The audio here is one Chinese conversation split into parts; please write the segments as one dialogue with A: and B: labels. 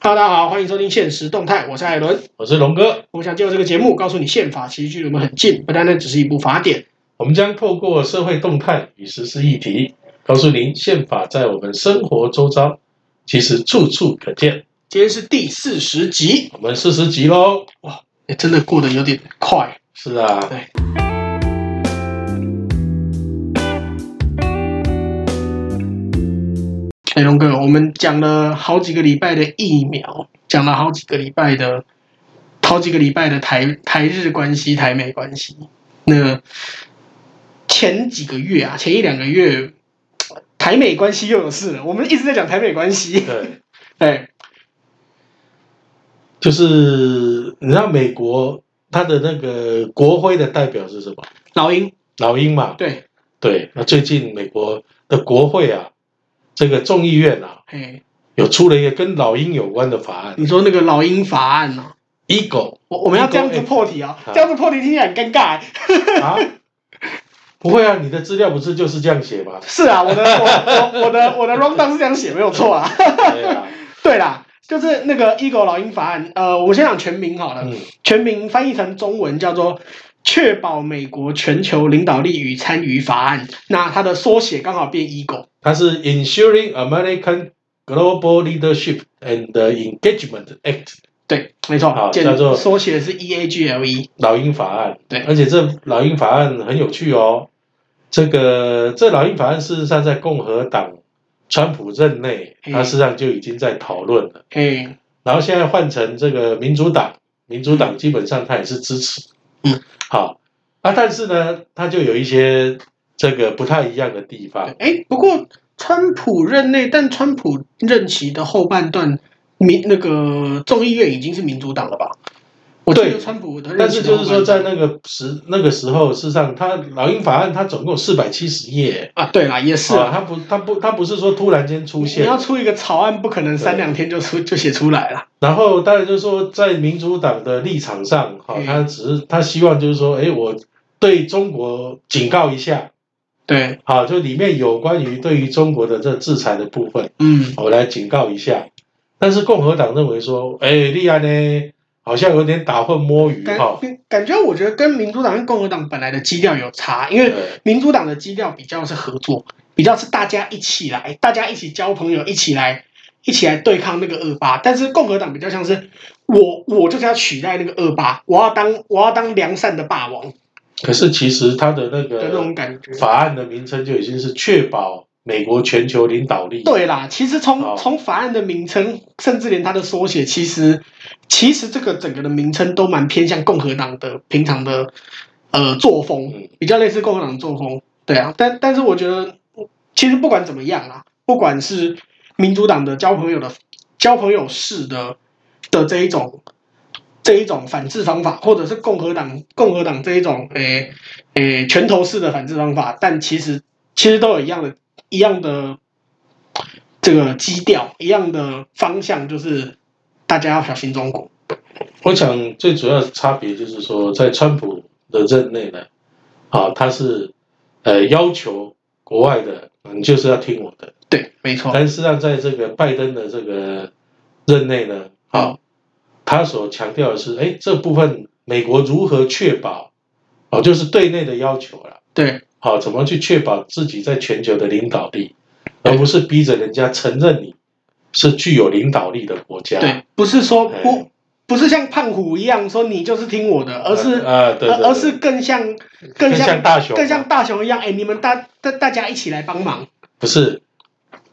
A: Hello，大家好，欢迎收听《现实动态》，我是艾伦。
B: 我是龙哥。
A: 我想借由这个节目，告诉你宪法其实距离我们很近，不单单只是一部法典。
B: 我们将透过社会动态与时事议题，告诉您宪法在我们生活周遭其实处处可见。
A: 今天是第四十集，
B: 我们四十集喽。
A: 哎，真的过得有点快。
B: 是啊，
A: 对哎，龙哥，我们讲了好几个礼拜的疫苗，讲了好几个礼拜的，好几个礼拜的台台日关系、台美关系。那前几个月啊，前一两个月，台美关系又有事了。我们一直在讲台美关系，哎
B: 对，
A: 对，
B: 就是你知道美国它的那个国徽的代表是什么？
A: 老鹰，
B: 老鹰嘛。
A: 对，
B: 对，那最近美国的国会啊，这个众议院啊，
A: 哎，
B: 有出了一个跟老鹰有关的法案
A: 你说那个老鹰法案呢、
B: ，Eagle
A: 我我们要这样子
B: Eagle Act
A: 破题啊，
B: 啊
A: 这样子破题听起来很尴尬、欸。？
B: 啊。不会啊，你的资料不是就是这样写吗
A: 是啊， 我的我我我的我的 round down 是这样写，没有错啊。
B: 对啊，
A: 对啦，就是那个 Eagle 老鹰法案，呃，我先讲全名好了，
B: 嗯，
A: 全名翻译成中文叫做《确保美国全球领导力与参与法案》，那它的缩写刚好变 Eagle。
B: 它是 Ensuring American Global Leadership and Engagement Act
A: 对，没错
B: 好，
A: 简
B: 叫做
A: 缩写是 E A G L E。
B: 老鹰法案。
A: 对
B: 而且这老鹰法案很有趣哦。这个这老鹰法案事实上在共和党川普任内，
A: 嗯
B: 它事实上就已经在讨论了。
A: 嘿，
B: 然后现在换成这个民主党，民主党基本上他也是支持。
A: 嗯，
B: 好啊，但是呢，它就有一些这个不太一样的地方。
A: 哎，不过川普任内，但川普任期的后半段，民那个众议院已经是民主党了吧？我记得
B: 对
A: 川普的任
B: 但
A: 期
B: 是
A: 的
B: 就
A: 后半段，
B: 是说，在那个时那个时候，事实上，他老鹰法案它总共四百七十页，
A: 啊，对啦，也是
B: 啊，
A: 啊。
B: 它不，它不，它不是说突然间出
A: 你
B: 现
A: 要，出一个草案，不可能三
B: 对
A: 两天就出就写出来了。
B: 然后当然就是说，在民主党的立场上，哈、
A: 嗯
B: 他只是他希望就是说，哎，我对中国警告一下，
A: 对，
B: 啊，就里面有关于对于中国的这制裁的部分，
A: 嗯，
B: 我来警告一下。但是共和党认为说，哎，利亚呢，好像有点打混摸鱼
A: 感
B: 哈，
A: 感觉我觉得跟民主党跟共和党本来的基调有差，因为
B: 对
A: 民主党的基调比较是合作，比较是大家一起来，大家一起交朋友，一起来一起来对抗那个恶霸。但是共和党比较像是我我就是要取代那个恶霸，我要当我要当良善的霸王的
B: 可是其实他的那
A: 那
B: 个
A: 种感觉。
B: 法案的名称就已经是确保美国全球领导力。
A: 对啦，其实从
B: 好
A: 从法案的名称，甚至连它的缩写，其实其实这个整个的名称都蛮偏向共和党的平常的呃作风
B: 嗯，
A: 比较类似共和党的作风。对啊，但但是我觉得，其实不管怎么样啦，不管是民主党的交朋友的交朋友式的的这一种这一种反制方法，或者是共和党共和党这一种诶诶拳头式的反制方法，但其实其实都有一样的一样的这个基调，一样的方向，就是大家要小心中国。
B: 我想最主要的差别就是说，在川普的任内呢，啊，他是呃要求国外的，你就是要听我的。
A: 对，没错。
B: 但事实上，在这个拜登的这个任内呢，啊，他所强调的是，哎，这部分美国如何确保，哦、就是对内的要求了。
A: 对，
B: 好、怎么去确保自己在全球的领导力，而不是逼着人家承认你是具有领导力的国家。
A: 对，不是说
B: 哎
A: 不不是像胖虎一样说你就是听我的，而是
B: 啊、呃对对对
A: 而而是更像更
B: 更
A: 像
B: 像大雄啊
A: 更像大雄一样，哎，你们大大大家一起来帮忙。
B: 不是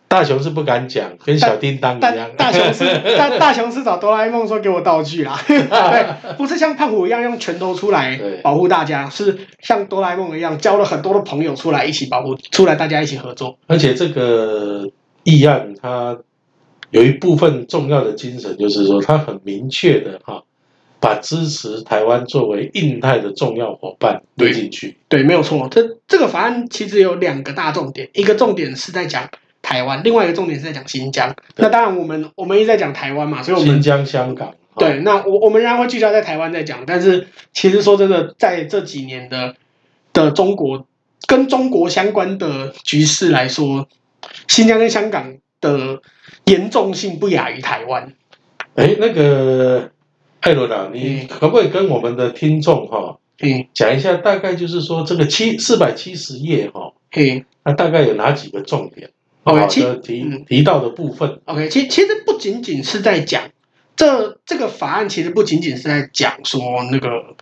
B: 大雄是不敢讲，跟小叮当嗯一样
A: 但。大雄是大大雄是找哆啦 A 梦说给我道具 啦，对，不是像胖虎一样用拳头出来
B: 对
A: 保护大家，是像哆啦 A 梦一样交了很多的朋友出来一起保护，出来大家一起合作。
B: 而且这个议案它有一部分重要的精神，就是说它很明确的哈、把支持台湾作为印太的重要伙伴
A: 对
B: 列进去。
A: 对，没有错。这这个法案其实有两个大重点，一个重点是在讲台湾，另外一个重点是在讲新疆。
B: 对
A: 那当然，我们我们一直在讲台湾嘛，所以我们
B: 新疆、香港，哈
A: 对，那我我们仍然会聚焦在台湾在讲，但是其实说真的，在这几年的的中国跟中国相关的局势来说，新疆跟香港的严重性不亚于台湾。
B: 哎，那个艾伦啊，你
A: 嗯
B: 可不可以跟我们的听众哈、
A: 嘿
B: 讲一下，大概就是说这个七四百七十页哈、
A: 嘿
B: 那大概有哪几个重点？
A: OK，
B: 哦，
A: 其
B: 就提
A: 嗯
B: 提到的部分，
A: OK，其其实不仅仅是在讲这这个法案，其实不仅仅是在讲说那个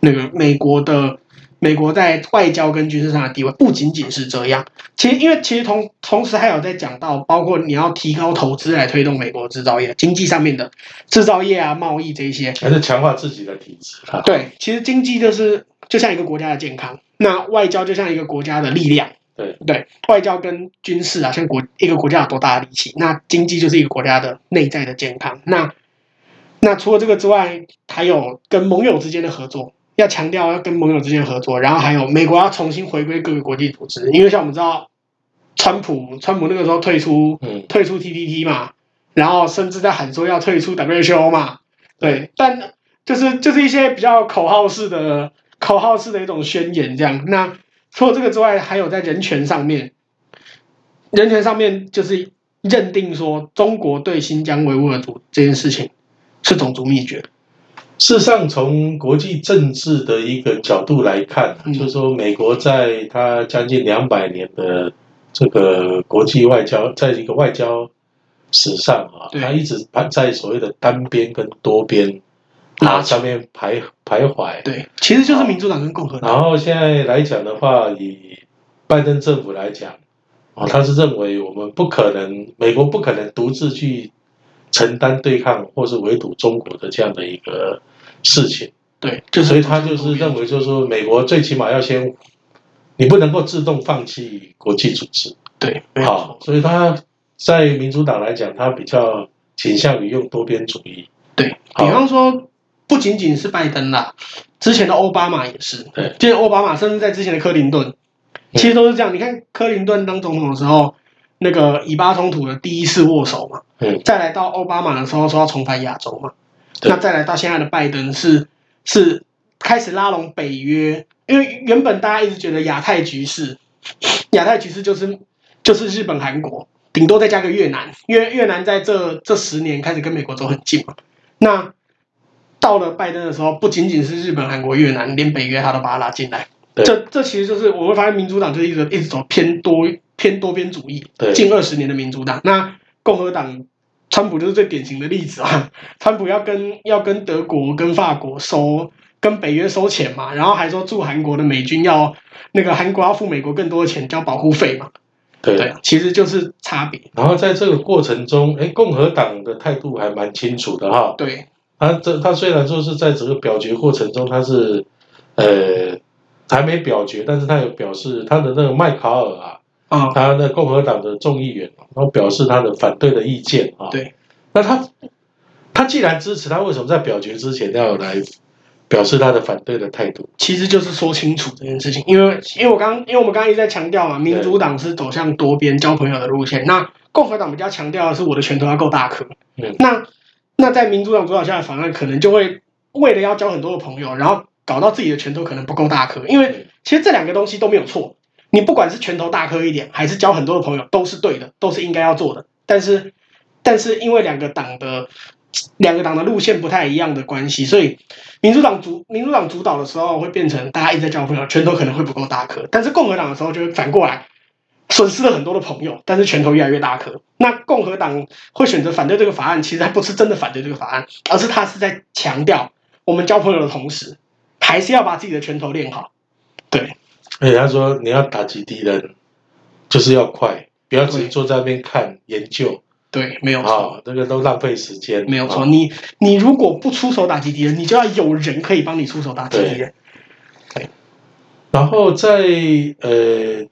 A: 那个美国的美国在外交跟军事上的地位，不仅仅是这样。其实因为其实同同时还有在讲到，包括你要提高投资来推动美国制造业、经济上面的制造业啊、贸易这一些。
B: 还是强化自己的体质啊。
A: 对，其实经济就是就像一个国家的健康，那外交就像一个国家的力量。
B: 对
A: 对，外交跟军事啊，像国一个国家有多大的力气，那经济就是一个国家的内在的健康。那那除了这个之外，还有跟盟友之间的合作，要强调要跟盟友之间的合作，然后还有美国要重新回归各个国际组织，因为像我们知道，川普川普那个时候退出
B: 嗯，
A: 退出 TPP 嘛，然后甚至在喊说要退出 WHO 嘛，对，但就是就是一些比较口号式的口号式的一种宣言这样。那除了这个之外，还有在人权上面，人权上面就是认定说中国对新疆维吾尔族这件事情是种族灭绝，
B: 事实上，从国际政治的一个角度来看，
A: 嗯
B: 就是说美国在它将近两百年的这个国际外交，在一个外交史上啊，
A: 对
B: 它一直排在所谓的单边跟多边
A: 拉
B: 啊
A: 扯
B: 上面徘徘徊。
A: 对，其实就是民主党跟共和党，
B: 然后现在来讲的话，以拜登政府来讲，啊，他是认为我们不可能，美国不可能独自去承担对抗或是围堵中国的这样的一个事情。
A: 对，就是
B: 所以他就是认为，就是说，美国最起码要先，你不能够自动放弃国际组织。
A: 对，没有
B: 好
A: 错，，
B: 所以他在民主党来讲，他比较倾向于用多边主义。
A: 对，
B: 好
A: 比方说不仅仅是拜登啦，之前的奥巴马也是，
B: 对，
A: 就是奥巴马，甚至在之前的克林顿，其实都是这样。你看克林顿当总统的时候，那个以巴冲突的第一次握手嘛，
B: 嗯，
A: 再来到奥巴马的时候说要重返亚洲嘛，
B: 对
A: 那再来到现在的拜登是是开始拉拢北约，因为原本大家一直觉得亚太局势，亚太局势就是就是日本、韩国，顶多再加个越南，因为越南在这这十年开始跟美国走很近嘛。那到了拜登的时候，不仅仅是日本、韩国、越南，连北约他都把他拉进来。
B: 对
A: 这这其实就是我会发现，民主党就是一个一直走偏多偏多边主义，
B: 对
A: 近二十年的民主党。那共和党，川普就是最典型的例子啊。 川普要跟要跟德国、跟法国收跟北约收钱嘛，然后还说驻韩国的美军要那个韩国要付美国更多的钱交保护费嘛。
B: 对。
A: 对，其实就是差别。
B: 然后在这个过程中，哎，共和党的态度还蛮清楚的哈。
A: 对
B: 他这他虽然说是在整个表决过程中，他是呃还没表决，但是他有表示他的那个麦考尔啊，
A: 啊、
B: 他的共和党的众议员，然后表示他的反对的意见啊。
A: 对，
B: 那他他既然支持，他为什么在表决之前要来表示他的反对的态度？
A: 其实就是说清楚这件事情，因为因为我刚因为我们刚刚一直在强调嘛，民主党是走向多边交朋友的路线，那共和党比较强调的是我的拳头要够大颗。
B: 嗯
A: 那那在民主党主导下的法案，可能就会为了要交很多的朋友，然后搞到自己的拳头可能不够大颗，因为其实这两个东西都没有错，你不管是拳头大颗一点，还是交很多的朋友，都是对的，都是应该要做的。但是但是因为两个党的两个党的路线不太一样的关系，所以民主党主民主党主导的时候会变成大家一直在交朋友，拳头可能会不够大颗；但是共和党的时候就会反过来，损失了很多的朋友，但是拳头越来越大颗。那共和党会选择反对这个法案，其实他不是真的反对这个法案，而是他是在强调我们交朋友的同时，还是要把自己的拳头练好。对，
B: 而哎且他说你要打击敌人，就是要快，不要只
A: 对
B: 坐在那边看研究
A: 对，没有
B: 啊、
A: 错，
B: 这个都浪费时间。
A: 没有错。
B: 啊
A: 你你如果不出手打击敌人，你就要有人可以帮你出手打击敌人。
B: 然后在呃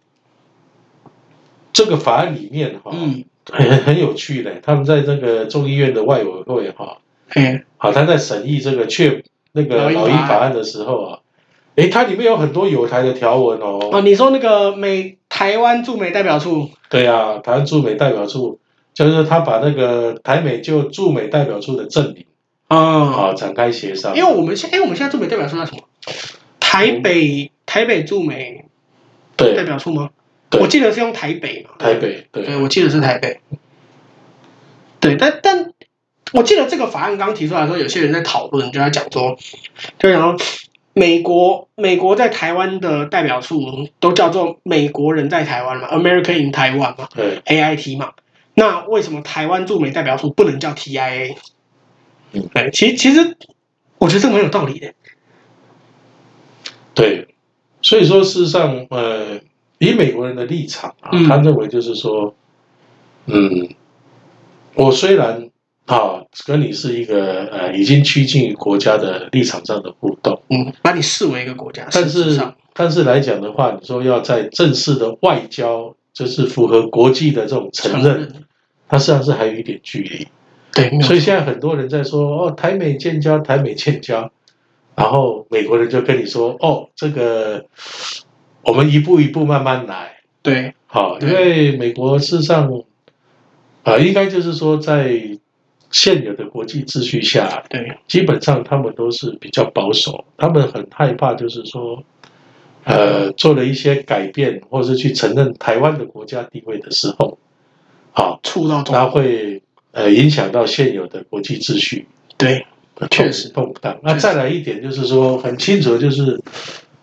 B: 这个法案里面哈、
A: 嗯，
B: 很很有趣的，他们在那个众议院的外委会哈、
A: 哎，
B: 好，他在审议这个确那个
A: 劳
B: 老
A: 役
B: 一
A: 法案
B: 法案的时候啊，诶，它里面有很多有台的条文
A: 哦，
B: 哦。
A: 你说那个美台湾驻美代表处，
B: 对啊，台湾驻美代表处就是他把那个台美就驻美代表处的证明
A: 嗯，
B: 啊展开协商。
A: 因为我们现，哎，我们现在驻美代表处在什么？台北台北驻美代
B: 对
A: 表嗯处吗？
B: 对
A: 我记得是用台北嘛。
B: 台北
A: 对，
B: 对
A: 我记得是台北。对，但但我记得这个法案刚提出来的时候，有些人在讨论，就在讲说，就讲说美国美国在台湾的代表处都叫做美国人在台湾嘛，American in Taiwan 嘛
B: 对，
A: ，AIT 嘛。那为什么台湾驻美代表处不能叫 TIA？
B: 嗯
A: 对，其实其实我觉得这个蛮有道理的。
B: 对，所以说事实上，呃，以美国人的立场啊，
A: 嗯
B: 他认为就是说，嗯，我虽然啊跟你是一个呃已经趋近于国家的立场上的互动，
A: 嗯，把你视为一个国家，
B: 但
A: 事实
B: 是
A: 上
B: 但是来讲的话，你说要在正式的外交，就是符合国际的这种承认，嗯它实际上是还有一点距离。
A: 对，没有
B: 所以现在很多人在说哦，台美建交，台美建交，然后美国人就跟你说哦，这个我们一步一步慢慢来，
A: 对，
B: 好，
A: 对
B: 因为美国事实上，呃，应该就是说在现有的国际秩序下，
A: 对，
B: 基本上他们都是比较保守，他们很害怕就是说。呃，做了一些改变，或是去承认台湾的国家地位的时候，好、
A: 触到中
B: 它会呃影响到现有的国际秩序，
A: 对，确实
B: 动荡。那再来一点就是说，很清楚的就是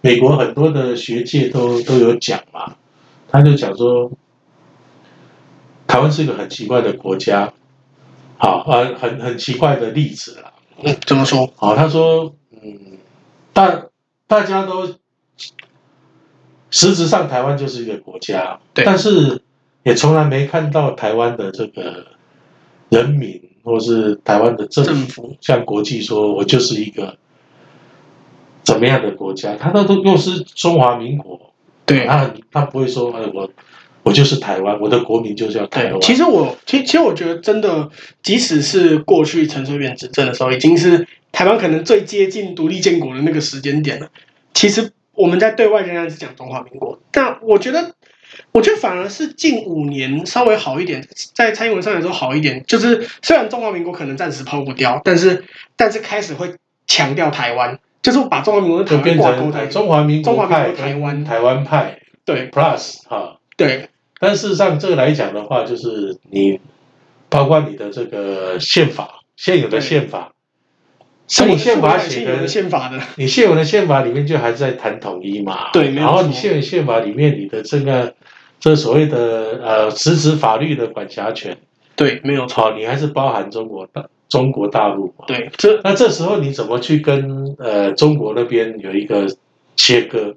B: 美国很多的学界都都有讲嘛，他就讲说，台湾是一个很奇怪的国家，好啊，很很奇怪的例子啦。
A: 嗯，怎么说？
B: 好，他说，嗯，大大家都实质上台湾就是一个国家，
A: 对
B: 但是也从来没看到台湾的这个人民或是台湾的政府
A: 政府
B: 向国际说，我就是一个怎么样的国家，他那都又是中华民国，
A: 对
B: 他他不会说，哎，我我就是台湾，我的国民就是要台
A: 对，
B: 湾，
A: 其实我其其实我觉得真的，即使是过去陈水扁执政的时候，已经是台湾可能最接近独立建国的那个时间点了。其实我们在对外仍然是讲中华民国，但我觉得，我觉得反而是近五年稍微好一点，在蔡英文上来说好一点，就是虽然中华民国可能暂时抛不掉，但是但是开始会强调台湾，就是把中华民国
B: 就
A: 跟台湾
B: 变
A: 挂钩
B: 成
A: 在
B: 呃
A: 一起。
B: 中华民
A: 中华
B: 国
A: 民
B: 派哎
A: 国台湾
B: 跟台湾派
A: 对
B: plus 哈、
A: 对，
B: 但事实上，这个来讲的话，就是你包括你的这个宪法，现有的宪法，
A: 是
B: 你宪法写
A: 现有
B: 的
A: 的，宪法的，
B: 你现有的宪法里面就还是在谈统一嘛。
A: 对没有
B: 然后
A: 错
B: 你现有宪法里面，你的这个这所谓的呃实质法律的管辖权，
A: 对，没有错，
B: 好，你还是包含中国大中国大陆嘛。。
A: 对，这
B: 那这时候你怎么去跟呃中国那边有一个切割？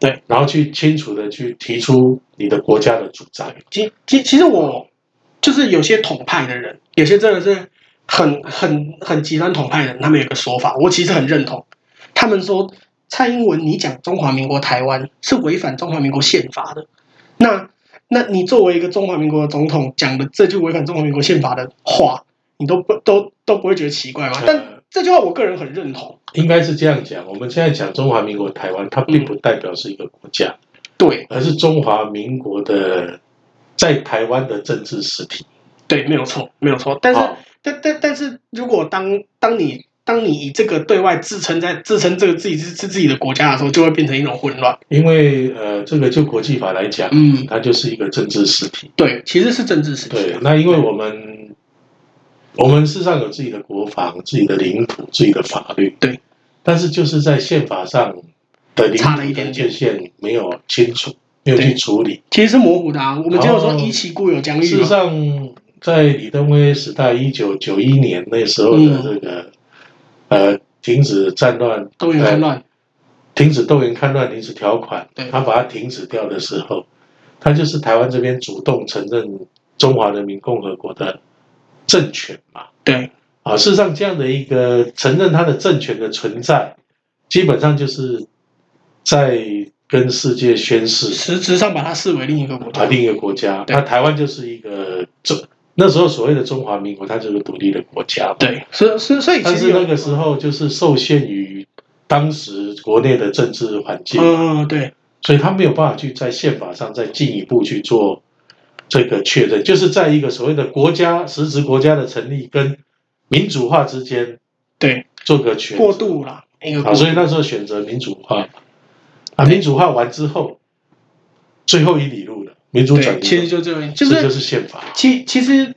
A: 对，
B: 然后去清楚的去提出你的国家的主张。
A: 其其其实我就是有些统派的人，有些真的是很很很极端统派的人，他们有个说法，我其实很认同。他们说蔡英文你讲中华民国台湾是违反中华民国宪法的，那那你作为一个中华民国的总统讲的这句违反中华民国宪法的话，你都不都都不会觉得奇怪吗？但
B: 呃
A: 这句话我个人很认同，
B: 应该是这样讲，我们现在讲中华民国台湾，它并不代表是一个国家，
A: 对
B: 而是中华民国的在台湾的政治实体。啊
A: 对，没有错，没有错，但是。
B: 好，
A: 但但但是如果当当你当你以这个对外自称在自称这个自己是是自己的国家的时候，就会变成一种混乱。
B: 因为呃，这个就国际法来讲，
A: 嗯，
B: 它就是一个政治实体。
A: 对，其实是政治啊事
B: 对
A: 情，。
B: 那因为我们我们事实上有自己的国防、自己的领土、自己的法律，
A: 对，
B: 但是就是在宪法上的领
A: 差了
B: 土
A: 一
B: 的
A: 点
B: 界
A: 点
B: 限没有清楚，没有
A: 对
B: 去处理。
A: 其实是模糊的啊。我们就有说
B: 哦
A: 一其故有疆域啊
B: 事实
A: 嘛，
B: 上，在李登辉时代，一九九一年那时候的这个、呃停止战乱、
A: 嗯
B: 呃
A: 动员叛乱，
B: 停止动员戡乱临时条款
A: 对，
B: 他把它停止掉的时候，他就是台湾这边主动承认中华人民共和国的政权嘛。
A: 对
B: 啊，事实上，这样的一个承认他的政权的存在，基本上就是在跟世界宣誓
A: 实质上把它视为另一个国
B: 啊，
A: 家。
B: 另一个国家。
A: 对
B: 那台湾就是一个中，那时候所谓的中华民国，它就是独立的国家嘛。
A: 对，所以所以所以其
B: 但
A: 实
B: 是
A: 有
B: 那个时，候就是受限于当时国内的政治环境，
A: 嗯，对
B: 所以他没有办法去在宪法上再进一步去做这个确认，就是在一个所谓的国家实质国家的成立跟民主化之间
A: 对，
B: 做个权
A: 过渡啦，一个过
B: 啊，
A: 渡
B: 所以那时候选择民主化嘛啊，民主化完之后，最后一里路了，民主
A: 对，
B: 转移，
A: 其实就这样，就
B: 这就是是宪法。
A: 其其实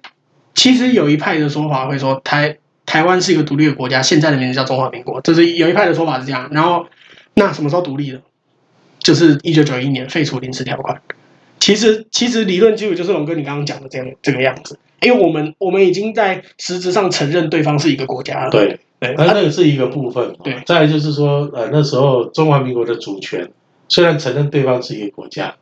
A: 其实有一派的说法会说台台湾是一个独立的国家，现在的名字叫中华民国，就是有一派的说法是这样。然后那什么时候独立的？就是一九九一年废除临时条款。其实其实理论基础就是龙哥你刚刚讲的这样这个样子，因为我们我们已经在实质上承认对方是一个国家了。
B: 对，呃
A: 对，
B: 那
A: 啊
B: 那个是一个部分嘛。哦
A: 对
B: 再来就是说，呃，那时候中华民国的主权虽然承认对方是一个国家，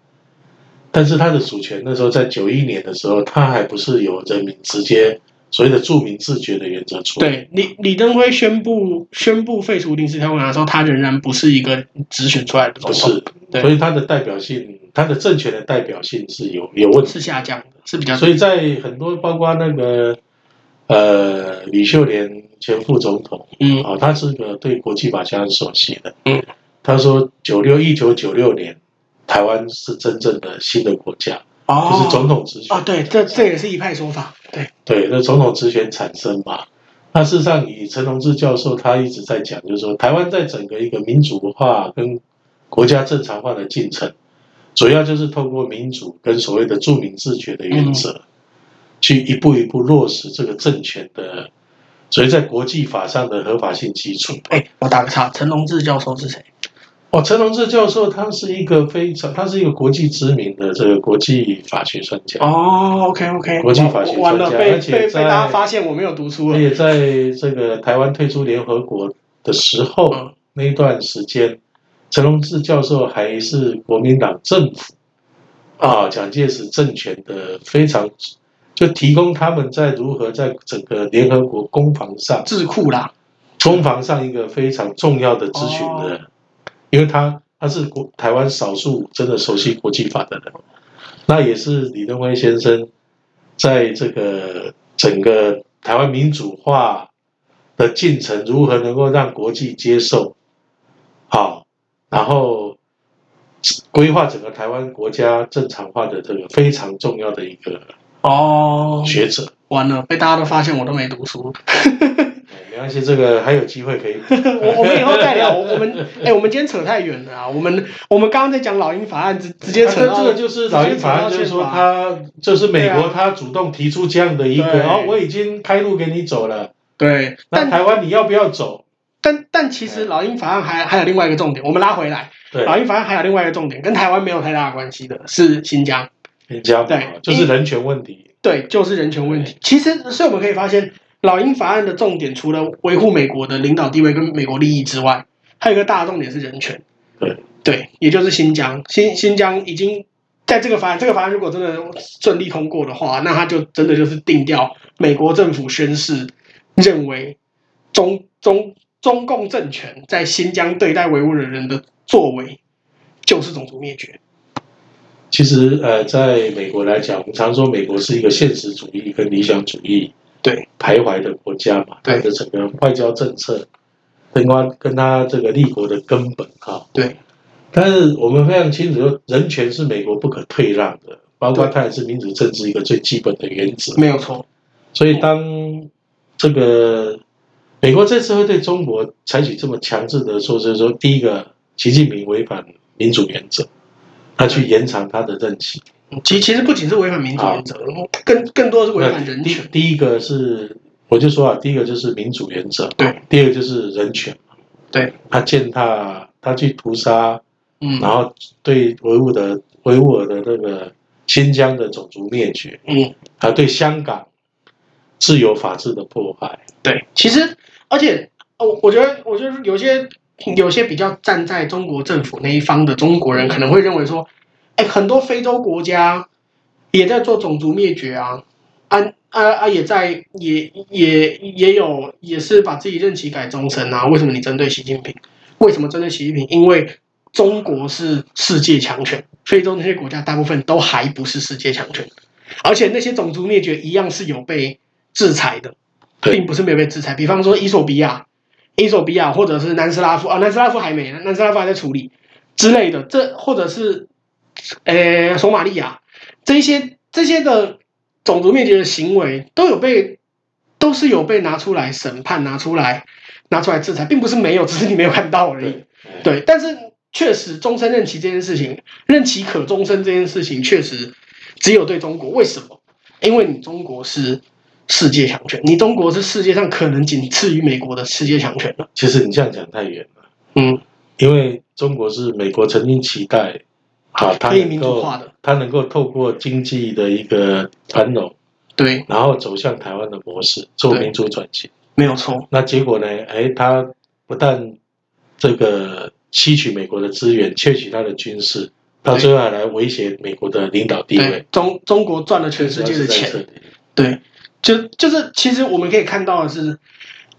B: 但是它的主权那时候在九一年的时候，它还不是由人民直接所谓的著民自决的原则处理。
A: 对李李登辉宣布宣布废除临时条款的时候，他仍然不是一个直选出来的总
B: 不
A: 统，
B: 是，
A: 对
B: 所以它的代表性，它的政权的代表性是有有问题。
A: 是下降的，是比较嗯
B: 所以在很多包括那个呃李秀莲前副总统
A: 嗯
B: 啊、他是个对国际法相当熟悉的，
A: 嗯，
B: 他说九六一九九六年台湾是真正的新的国家，
A: 哦
B: 就是总统直选
A: 哦，对，这这也是一派说法，对，
B: 对，那总统直选产生嘛。那事实上，以陈同志教授他一直在讲，就是说台湾在整个一个民主化跟国家正常化的进程，主要就是透过民主跟所谓的著民自觉的原则，
A: 嗯
B: 去一步一步落实这个政权的，所以在国际法上的合法性基础。
A: 哎，我打个岔，陈龙志教授是谁？
B: 哦，陈同志教授他是一个非常，他是一个国际知名的这个国际法学专家。
A: 哦，OK OK，
B: 国际法学
A: 完了
B: 专家
A: 被
B: 而且
A: 被被
B: 在
A: 大家发现我没有读书
B: 我
A: 了，
B: 也在这个台湾退出联合国的时候、
A: 嗯
B: 那一段时间，陈荣志教授还是国民党政府啊，蒋介石政权的非常，就提供他们在如何在整个联合国攻防上，
A: 智库啦，
B: 攻防上一个非常重要的咨询人，因为他他是国台湾少数真的熟悉国际法的人，那也是李登辉先生在这个整个台湾民主化的进程如何能够让国际接受，好，然后规划整个台湾国家正常化的这个非常重要的一个
A: 哦，
B: 学者。
A: 完了被大家都发现我都没读书，
B: 没关系，这个还有机会可以。
A: 我我们以后再聊，我我们哎，我们今天扯太远了啊，我们我们刚刚在讲老鹰法案，直直接
B: 啊
A: 扯
B: 这这
A: 到
B: 个就是老鹰法案，就是说他就是美
A: 对
B: 国
A: 啊
B: 他主动提出这样的一
A: 对
B: 个，哦，我已经开路给你走了，
A: 对，
B: 那
A: 但
B: 台湾你要不要走？
A: 但但其实老鹰法案还还有另外一个重点，我们拉回来，
B: 对，
A: 老鹰法案还有另外一个重点，跟台湾没有太大的关系的是新疆。
B: 人家嘛
A: 对
B: 就是人权问题，
A: 对，就是人权问题。其实，所以我们可以发现，老鹰法案的重点除了维护美国的领导地位跟美国利益之外，还有一个大重点是人权。
B: 对
A: 对，也就是新疆，新新疆已经在这个法案，这个法案如果真的顺利通过的话，那它就真的就是定掉美国政府宣誓认为中中中共政权在新疆对待维吾尔人的作为就是种族灭绝。
B: 其实呃，在美国来讲，我们常说美国是一个现实主义跟理想主义
A: 对
B: 徘徊的国家嘛，它
A: 对
B: 的整个外交政策，跟它跟它这个立国的根本哈、
A: 对
B: 但是我们非常清楚，人权是美国不可退让的，包括
A: 对
B: 它也是民主政治一个最基本的原则。
A: 没有错。
B: 所以当这个美国这次会对中国采取这么强制的措施，说第一个，习近平违反民主原则，他去延长他的任期。
A: 其其实不仅是违反民主原则，更更多的是违反人
B: 第
A: 权。
B: 第一个是，我就说啊，第一个就是民主原则，
A: 对，
B: 第二个就是人权，
A: 对，
B: 他践踏，他去屠杀，
A: 嗯
B: 然后对维吾的维吾尔的那个新疆的种族灭绝，
A: 嗯，
B: 还有对香港自由法治的破坏。
A: 对。其实，而且，哦我我觉得，我觉得有些有些比较站在中国政府那一方的中国人，可能会认为说，哎，很多非洲国家也在做种族灭绝啊，啊啊啊，也在也也也有也是把自己任期改终身啊，为什么你针对习近平？为什么针对习近平？因为中国是世界强权，非洲那些国家大部分都还不是世界强权，而且那些种族灭绝一样是有被制裁的，
B: 对
A: 并不是没有被制裁。比方说伊索比亚、伊索比亚或者是南斯拉夫啊，南斯拉夫还没，南斯拉夫还在处理之类的，这或者是呃索马利亚这一些这些的种族灭绝的行为都有被都是有被拿出来审判，拿出来拿出来制裁，并不是没有，只是你没有看到而已。
B: 对
A: 对，但是确实终身任期这件事情，任期可终身这件事情，确实只有对中国。为什么？因为你中国是世界强权，你中国是世界上可能仅次于美国的世界强权了。
B: 其实你这样讲太远了，
A: 嗯，
B: 因为中国是美国曾经期待，啊，它
A: 可以
B: 能
A: 民主
B: 够
A: 化的，
B: 它能够透过经济的一个繁荣，
A: 对，
B: 然后走向台湾的模式，做
A: 对
B: 民主转型。
A: 没有错，
B: 那结果呢？哎，他不但这个吸取美国的资源，窃取他的军事，到最后还来威胁美国的领导地
A: 对
B: 位，，
A: 中中国赚了全世界的
B: 主要
A: 钱，
B: 是在这里
A: 对，就就是其实我们可以看到的是，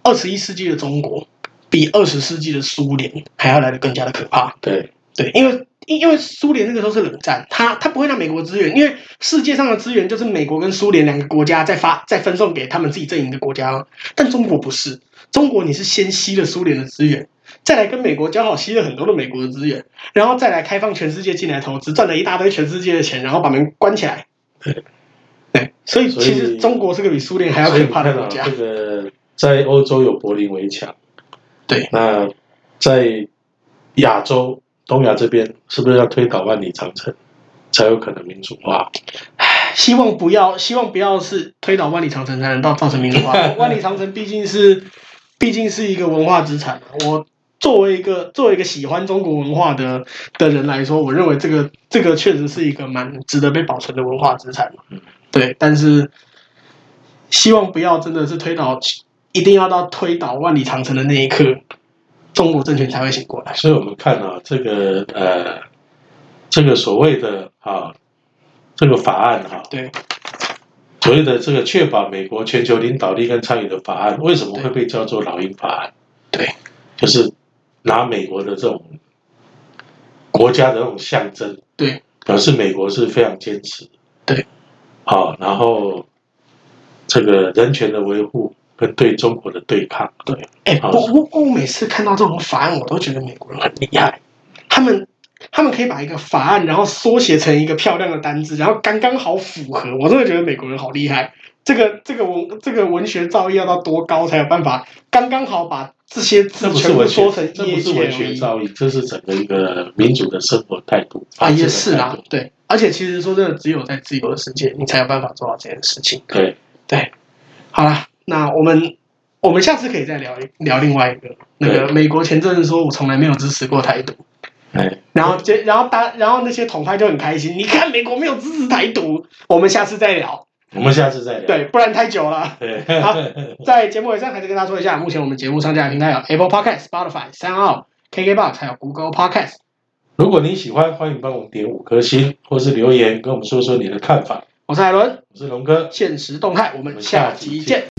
A: 二十一世纪的中国比二十世纪的苏联还要来的更加的可怕。
B: 对
A: 对，因为因因为苏联那个时候是冷战，他他不会拿美国资源，因为世界上的资源就是美国跟苏联两个国家在发在分送给他们自己阵营的国家嘛。但中国不是，中国你是先吸了苏联的资源，再来跟美国交好，吸了很多的美国的资源，然后再来开放全世界进来投资，赚了一大堆全世界的钱，然后把门关起来。
B: 对
A: 对，所以
B: 所以
A: 其实中国是个比苏联还要
B: 所以
A: 可
B: 你
A: 怕的
B: 看
A: 国
B: 到
A: 家
B: 这。个在欧洲有柏林围墙，
A: 对，
B: 那在亚洲东亚这边是不是要推倒万里长城，才有可能民主化？
A: 希望不要，希望不要是推倒万里长城才能到造成民主化。万里长城毕竟是，毕竟是一个文化资产。啊我作为一个作为一个喜欢中国文化的的人来说，我认为这个这个确实是一个蛮值得被保存的文化资产
B: 嗯。
A: 对，但是希望不要真的是推倒，一定要到推倒万里长城的那一刻，中国政权才会醒过来。
B: 所以我们看啊，这个呃，这个所谓的啊，这个法案哈、
A: 对，
B: 所谓的这个确保美国全球领导力跟参与的法案，为什么会被叫做“老鹰法案”？
A: 对，
B: 就是拿美国的这种国家的这种象征，
A: 对，
B: 表示美国是非常坚持，
A: 对，
B: 好、然后这个人权的维护跟对中国的对抗，
A: 对，哎、
B: 好
A: 我我我每次看到这种法案，我都觉得美国人很厉害，他们他们可以把一个法案，然后缩写成一个漂亮的单字，然后刚刚好符合，我真的觉得美国人好厉害。这个这个文这个文学造诣要到多高才有办法刚刚好把这些
B: 这
A: 字
B: 不是
A: 全部
B: 文
A: 缩
B: 学
A: 成，
B: 这不是文学
A: EAKLE
B: 造诣，这是整个一个民主的生活态度
A: 啊，也
B: 法治
A: 是
B: 的
A: 啦
B: 态度，
A: 对。而且其实说真的，只有在自由的世界，你才有办法做到这件事情。
B: 对，
A: 对，好啦，那我们我们下次可以再聊一聊另外一个。那个
B: 对
A: 美国前阵子说我从来没有支持过台独，
B: 哎，
A: 然后这然后大然后那些统派就很开心，你看美国没有支持台独，我们下次再聊，
B: 我们下次再聊，
A: 对，不然太久了。
B: 对，
A: 好在节目尾声还是跟大家说一下，目前我们节目上架的平台有 Apple Podcast、Spotify、三奥、KKBox 还有 Google Podcast。
B: 如果您喜欢，欢迎帮我们点五颗星，或是留言跟我们说说你的看法。
A: 我是艾伦，
B: 我是龙哥，
A: 现实动态，我
B: 我
A: 们
B: 们
A: 下
B: 下
A: 期
B: 集
A: 见
B: 见。